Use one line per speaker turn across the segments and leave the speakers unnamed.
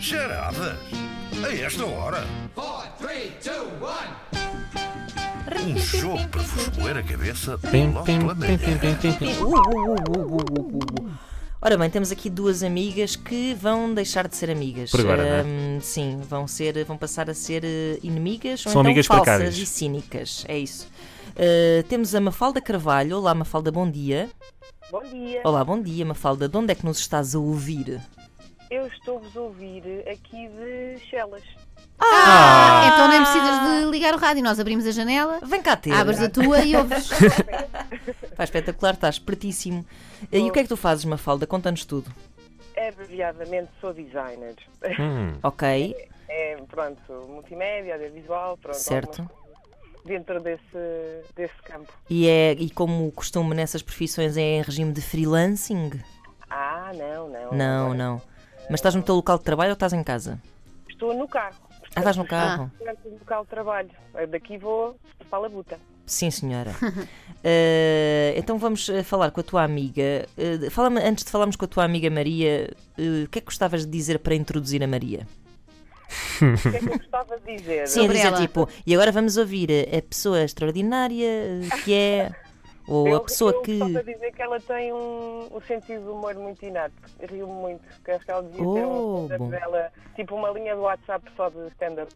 Charadas? A esta hora?
four, three, two, one.
Um show para vos moer a cabeça
Pim,
logo
pim,
pela
pim, pim,
manhã.
pim, pim, pim.
Uh, uh, uh, uh, uh, uh, uh. Ora bem, temos aqui duas amigas que vão deixar de ser amigas.
Por agora, não é?
Ahm, Sim, vão, ser, vão passar a ser eh, inimigas ou
São
então
amigas
falsas
precárias.
e cínicas. É isso. Ah, temos a Mafalda Carvalho. Olá, Mafalda, bom dia.
Bom dia,
Olá, bom dia, Mafalda. De onde é que nos estás a ouvir?
eu estou-vos a ouvir aqui de Chelas.
Ah, então nem precisas de ligar o rádio. Nós abrimos a janela,
Vem cá ter.
abres a tua e ouves.
Pá, espetacular, estás pertíssimo. Ah, E o que é que tu fazes, Mafalda? Conta-nos tudo.
É Abreviadamente sou designer.
Ok,
É, pronto, multimédia, audiovisual, pronto.
certo.
algumas- Dentro desse, desse campo.
E, é, e como costume nessas profissões é em regime de freelancing?
Ah, não, não.
Não,
agora
não. Mas estás no teu local de trabalho ou estás em casa?
Estou no carro.
Ah, estás no carro?
Portanto, no local de trabalho. Eu Daqui vou para a Labuta.
Sim, senhora. Eh, então vamos eh, falar com a tua amiga. Eh, Fala-me, antes de falarmos com a tua amiga Maria, eh, o que é que gostavas de dizer para introduzir a Maria?
O que é que eu gostava de dizer?
Sim, a
Sobre
dizer
ela.
tipo, e agora vamos ouvir a a pessoa extraordinária eh, que é, ou
eu,
a pessoa
eu
que.
gostava de dizer que ela tem um, um sentido de humor muito inato. Rio-me muito. Que acho que ela devia ter
Oh,
um
bom.
WhatsApp dela, tipo uma linha do WhatsApp só de stand-up.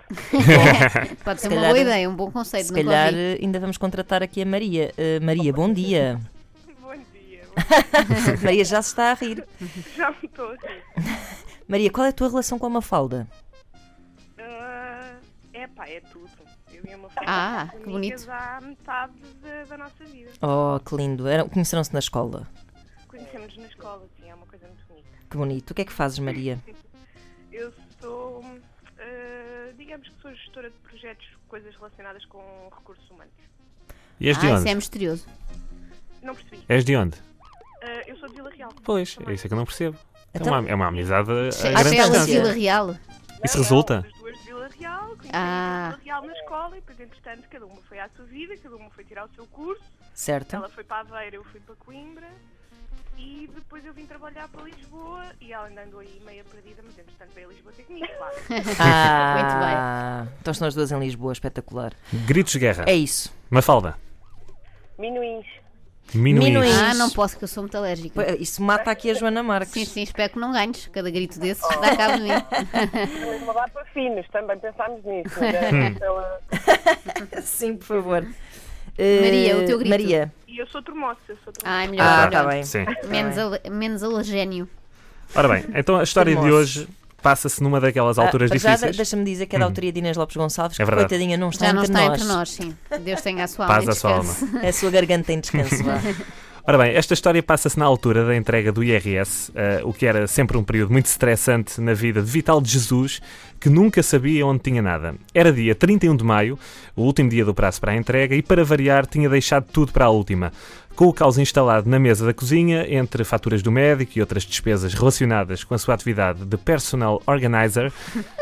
Pode ser
Se
uma
calhar-
boa ideia, um bom conceito.
Se
nunca
calhar
ouvi.
eh, ainda vamos contratar aqui a Maria. Eh, Maria, bom dia. Bom dia. Maria já se está a rir.
Já me estou a rir.
Maria, qual é a tua relação com a Mafalda?
Ah, é pá, é tudo. Eu e a Mafalda
Ah,
somos
que
amigas
bonito.
há metade da, da nossa vida.
Oh, que lindo. Eram- Conheceram-se na escola.
Conhecemos na escola, sim, é uma coisa muito bonita.
Que bonito. O que é que fazes, Maria?
Eu sou, ah, digamos que sou gestora de projetos, coisas relacionadas com recursos humanos.
E és de
Ah, isso é
onde?
misterioso.
Não percebi.
És de onde?
Ah, eu sou de Vila Real.
é- Pois, é
também.
isso é que eu não percebo. É
Então-
uma, é uma amizade a
Acho
grande
que ela
distância.
Vila
distância.
Real.
Isso resulta?
As duas de Vila Real, conhecemos
Ah.
Vila Real na escola e depois, entretanto, cada uma foi à sua vida, cada uma foi tirar o seu curso.
Certo?
Ela foi para Aveiro, eu fui para Coimbra e depois eu vim trabalhar para Lisboa e ela andando aí meia perdida, mas entretanto veio a Lisboa ter comigo, claro.
Ah, então estão as duas em Lisboa, espetacular.
Gritos de guerra.
É isso.
Mafalda.
Minuins.
Minuís.
Minuís.
Ah, não posso, que eu sou muito alérgica.
Pô, Isso mata aqui a Joana Marques.
Sim, sim, espero que não ganhes. Cada grito desses dá cabo de mim.
Ah,
Mas uma dá para finos, também pensámos nisso. né? mas era pela-
Sim, por favor.
Maria, o teu grito.
Eh, Maria.
E eu sou termoça, eu sou termoça.
Ai, melhor.
Ah,
melhor.
tá bem.
Sim.
Menos, al- menos alergénio.
Ora bem, então a história de
Hermoso.
hoje passa-se numa daquelas alturas
Ah, para já,
difíceis. Uhum.
deixa-me dizer que é da autoria de Inês Lopes Gonçalves,
É
que
verdade.
coitadinha não está,
Já não
entre,
está
nós. É
entre nós, sim. Deus tenha a sua alma.
Paz
e
à sua
descanse.
A sua garganta em descanso. vá.
Ora bem, esta história passa-se na altura da entrega do IRS, eh, o que era sempre um período muito estressante na vida de Vital de Jesus, que nunca sabia onde tinha nada. Era dia 31 de maio, o último dia do prazo para a entrega, e para variar tinha deixado tudo para a última. Com o caos instalado na mesa da cozinha, entre faturas do médico e outras despesas relacionadas com a sua atividade de personal organizer,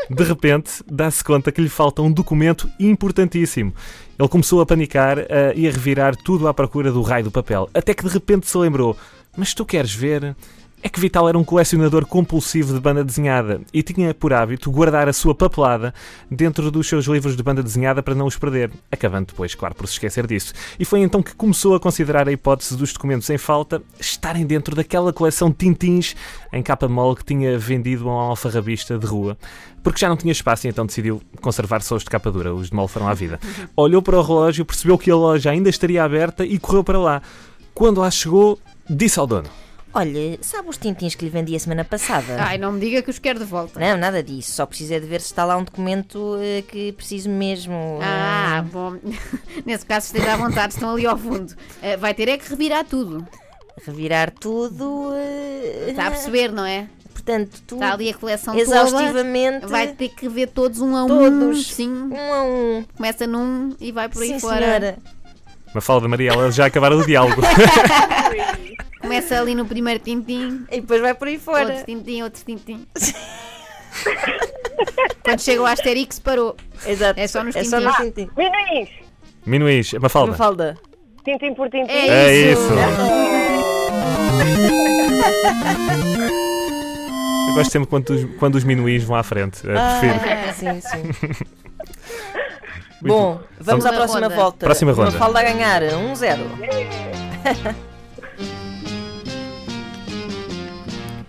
de repente dá-se conta que lhe falta um documento importantíssimo. Ele começou a panicar eh, e a revirar tudo à procura do raio do papel, até que de repente se lembrou: Mas tu queres ver? É que Vital era um colecionador compulsivo de banda desenhada e tinha por hábito guardar a sua papelada dentro dos seus livros de banda desenhada para não os perder, acabando depois, claro, por se esquecer disso. E foi então que começou a considerar a hipótese dos documentos em falta estarem dentro daquela coleção Tintins em capa mole que tinha vendido a um alfarrabista de rua, porque já não tinha espaço e então decidiu conservar só os de capa dura, os de mole foram à vida. Olhou para o relógio, percebeu que a loja ainda estaria aberta e correu para lá. Quando lá chegou, disse ao dono:
Olha, sabe os tintins que lhe vendi a semana passada?
Ai, não me diga que os quero de volta.
Não, nada disso. Só preciso é de ver se está lá um documento eh, que preciso mesmo. eh,
Ah, bom. Nesse caso, esteja à vontade, estão ali ao fundo. Eh, Vai ter é que revirar tudo.
eh, Revirar tudo. eh,
Está a perceber, não é?
Portanto, tudo.
Está ali a coleção
Hum. Exaustivamente.
toda. Vai ter que ver todos um a um.
Todos.
Sim.
Um a um.
Começa num e vai por aí
Sim,
fora.
senhora.
Mafalda Maria, elas já acabaram o diálogo.
Começa ali no primeiro tintim,
E depois vai por aí
outro
fora.
tintim, outro tintim. Quando chega o Asterix, parou.
Exato.
É só nos
é só nos
tintins.
tintins.
Minuins!
Minuís, Mafalda.
Mafalda.
Tintim por tintim.
É,
É isso. Gosto sempre quando os, quando os minuís vão à frente. Eu prefiro.
É,
Ah, sim, sim. Bom, vamos à
Segunda
próxima
ronda.
volta.
Próxima ronda.
Mafalda a ganhar 1-0.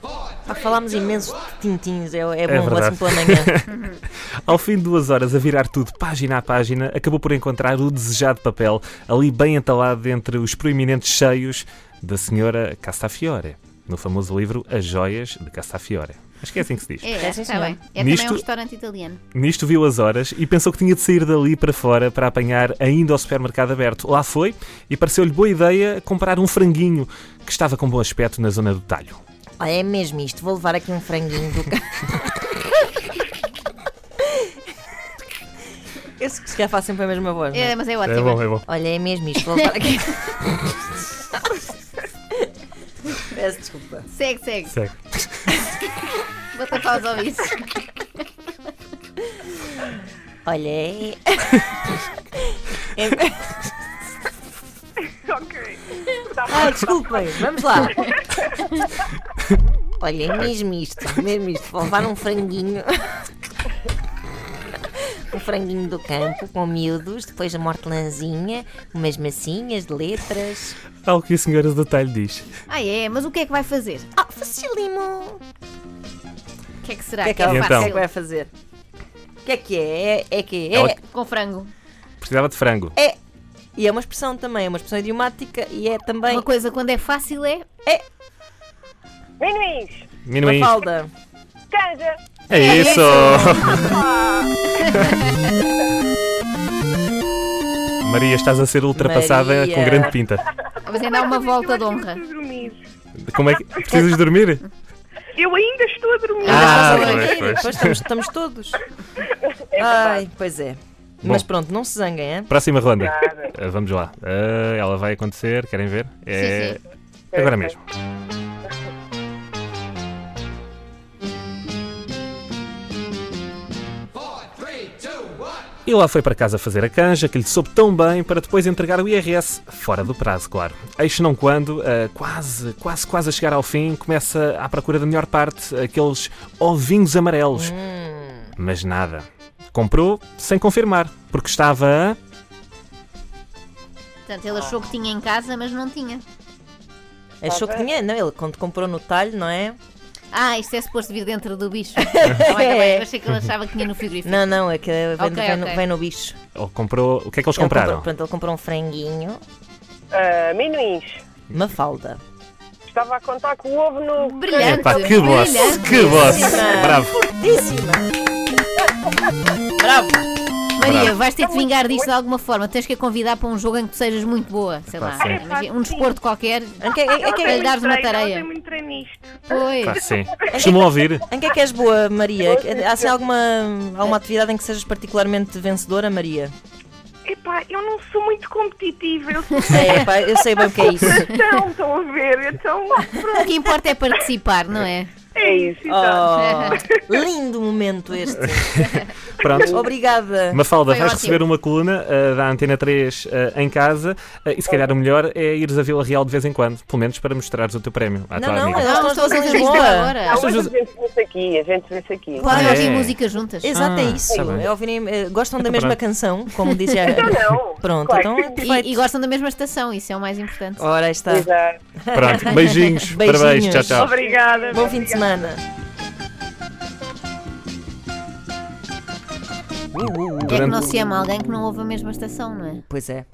Pá, falámos imenso de tintins, é, é bom
verdade.
assim pela manhã.
Ao fim de duas horas a virar tudo página a página, acabou por encontrar o desejado papel, ali bem entalado entre os proeminentes cheios da senhora Castafiore, no famoso livro As Joias de Castafiore. Acho que é assim que se diz.
É,
É, sim,
está
senhor.
bem. É também
Nisto-
um restaurante italiano.
Nisto viu as horas e pensou que tinha de sair dali para fora para apanhar ainda ao supermercado aberto. Lá foi e pareceu-lhe boa ideia comprar um franguinho que estava com bom aspecto na zona do talho.
Olha, é mesmo isto, vou levar aqui um franguinho do carro. Eu se calhar faço sempre a mesma voz, não é?
É, mas é ótimo.
bom.
Olha, é mesmo isto, vou levar aqui. Peço desculpa.
Segue, segue.
Segue.
Vou tapar os ouvidos.
Olha, é.
ok.
Ah,
Ai, desculpem, Ah, vamos lá. Olha, é mesmo isto, mesmo isto. Vou levar um franguinho. Um franguinho do campo com miúdos, depois a mortelanzinha, umas massinhas de letras.
Tal que a senhora do talho diz.
Ah, é? Mas o que é que vai fazer?
Ah, facilimo!
O que é que será?
O que é que ela
E
faz?
então?
O que é que vai fazer? O que é que é? É, é que é?
Ela-
Com frango.
Precisava de frango.
É. E é uma expressão também, é uma expressão idiomática e é também
Uma coisa quando é fácil é.
É.
Meninos,
Minuinhos.
falda.
canja!
É isso! Maria, estás a ser ultrapassada
Maria.
com grande pinta.
Mas ainda há uma volta de honra.
Eu ainda estou a dormir.
Como é que. Precisas dormir?
Eu ainda estou a dormir.
Ah,
Estás a
pois,
dormir,
pois. É
pois estamos, estamos todos. Ai, pois é. Mas pronto, não se zanguem, é?
Próxima ronda. Ah, vamos lá. Ah, ela vai acontecer, querem ver? É
Sim,
agora mesmo.
Four, three, two, one.
E lá foi para casa fazer a canja, que lhe soube tão bem, para depois entregar o IRS, fora do prazo, claro. Eis não quando, ah, quase, quase, quase a chegar ao fim, começa à procura da melhor parte, aqueles ovinhos amarelos. Mas nada. Comprou sem confirmar, porque estava a...
Portanto, ele achou que tinha em casa, mas não tinha.
Tá
Achou que tinha? Não, ele quando comprou no talho, não é?
Ah, isto é suposto vir dentro do bicho. Tá bem, tá bem.
É.
Eu achei que ele achava que tinha no frigorífico.
Não, não, é que vem,
Ok,
vem no-
ok.
vem no bicho.
Ou comprou... O que é que eles
Ele
compraram?
comprou- pronto, ele comprou um franguinho,
Ah, meninos,
uma falda.
estava a contar com o ovo no.
Brilhante.
Epá, que boss!
brilhante.
Que boss!
Sim.
Bravo!
Fortíssima! Bravo!
Maria, vais ter de vingar disto de alguma forma. Tens que a convidar para um jogo em que tu sejas muito boa. Sei
Epá,
lá,
sim. É
imagina, um desporto qualquer.
Em que, em,
Ela
que,
Para lhe
tem muito
dares uma
um treino, ela
tareia.
tem muito treino nisto.
Pois.
É.
Claro que sim. Costumam ouvir?
em que é que és boa, Maria? Há assim alguma, alguma atividade em que sejas particularmente vencedora, Maria?
Epá, eu não sou muito competitiva. Eu sou
É, pá, eu sei bem o que é isso.
tão, estão a ver? Então,
O que importa é participar, não é?
é isso. Então.
Oh, lindo momento este.
Pronto.
Obrigada.
Mafalda,
Foi
vais
ótimo.
receber uma coluna ah, da Antena 3 ah, em casa ah, e se calhar o melhor é ires a Vila Real de vez em quando, pelo menos para mostrares o teu prémio à
Não,
tua
não,
amiga.
elas estão todas em
Fazer isto
Lisboa.
agora.
Ah, mas
José-
a gente vê-se aqui, a gente vê-se aqui.
Podem
Ah,
ouvir
é.
música juntas.
Exato, é
Ah,
isso.
tá bem. Então
É ouvirem, eh, gostam da mesma canção, como dizia a...
Então não.
Pronto,
Claro.
então é perfeito.
E, e gostam da mesma estação, isso é o mais importante.
Ora, aí está.
Exato.
Pronto, beijinhos,
Beijinhos.
parabéns, tchau, tchau.
Obrigada.
Bom fim de semana.
É que não se ama alguém que não ouve a mesma estação, não é?
Pois é.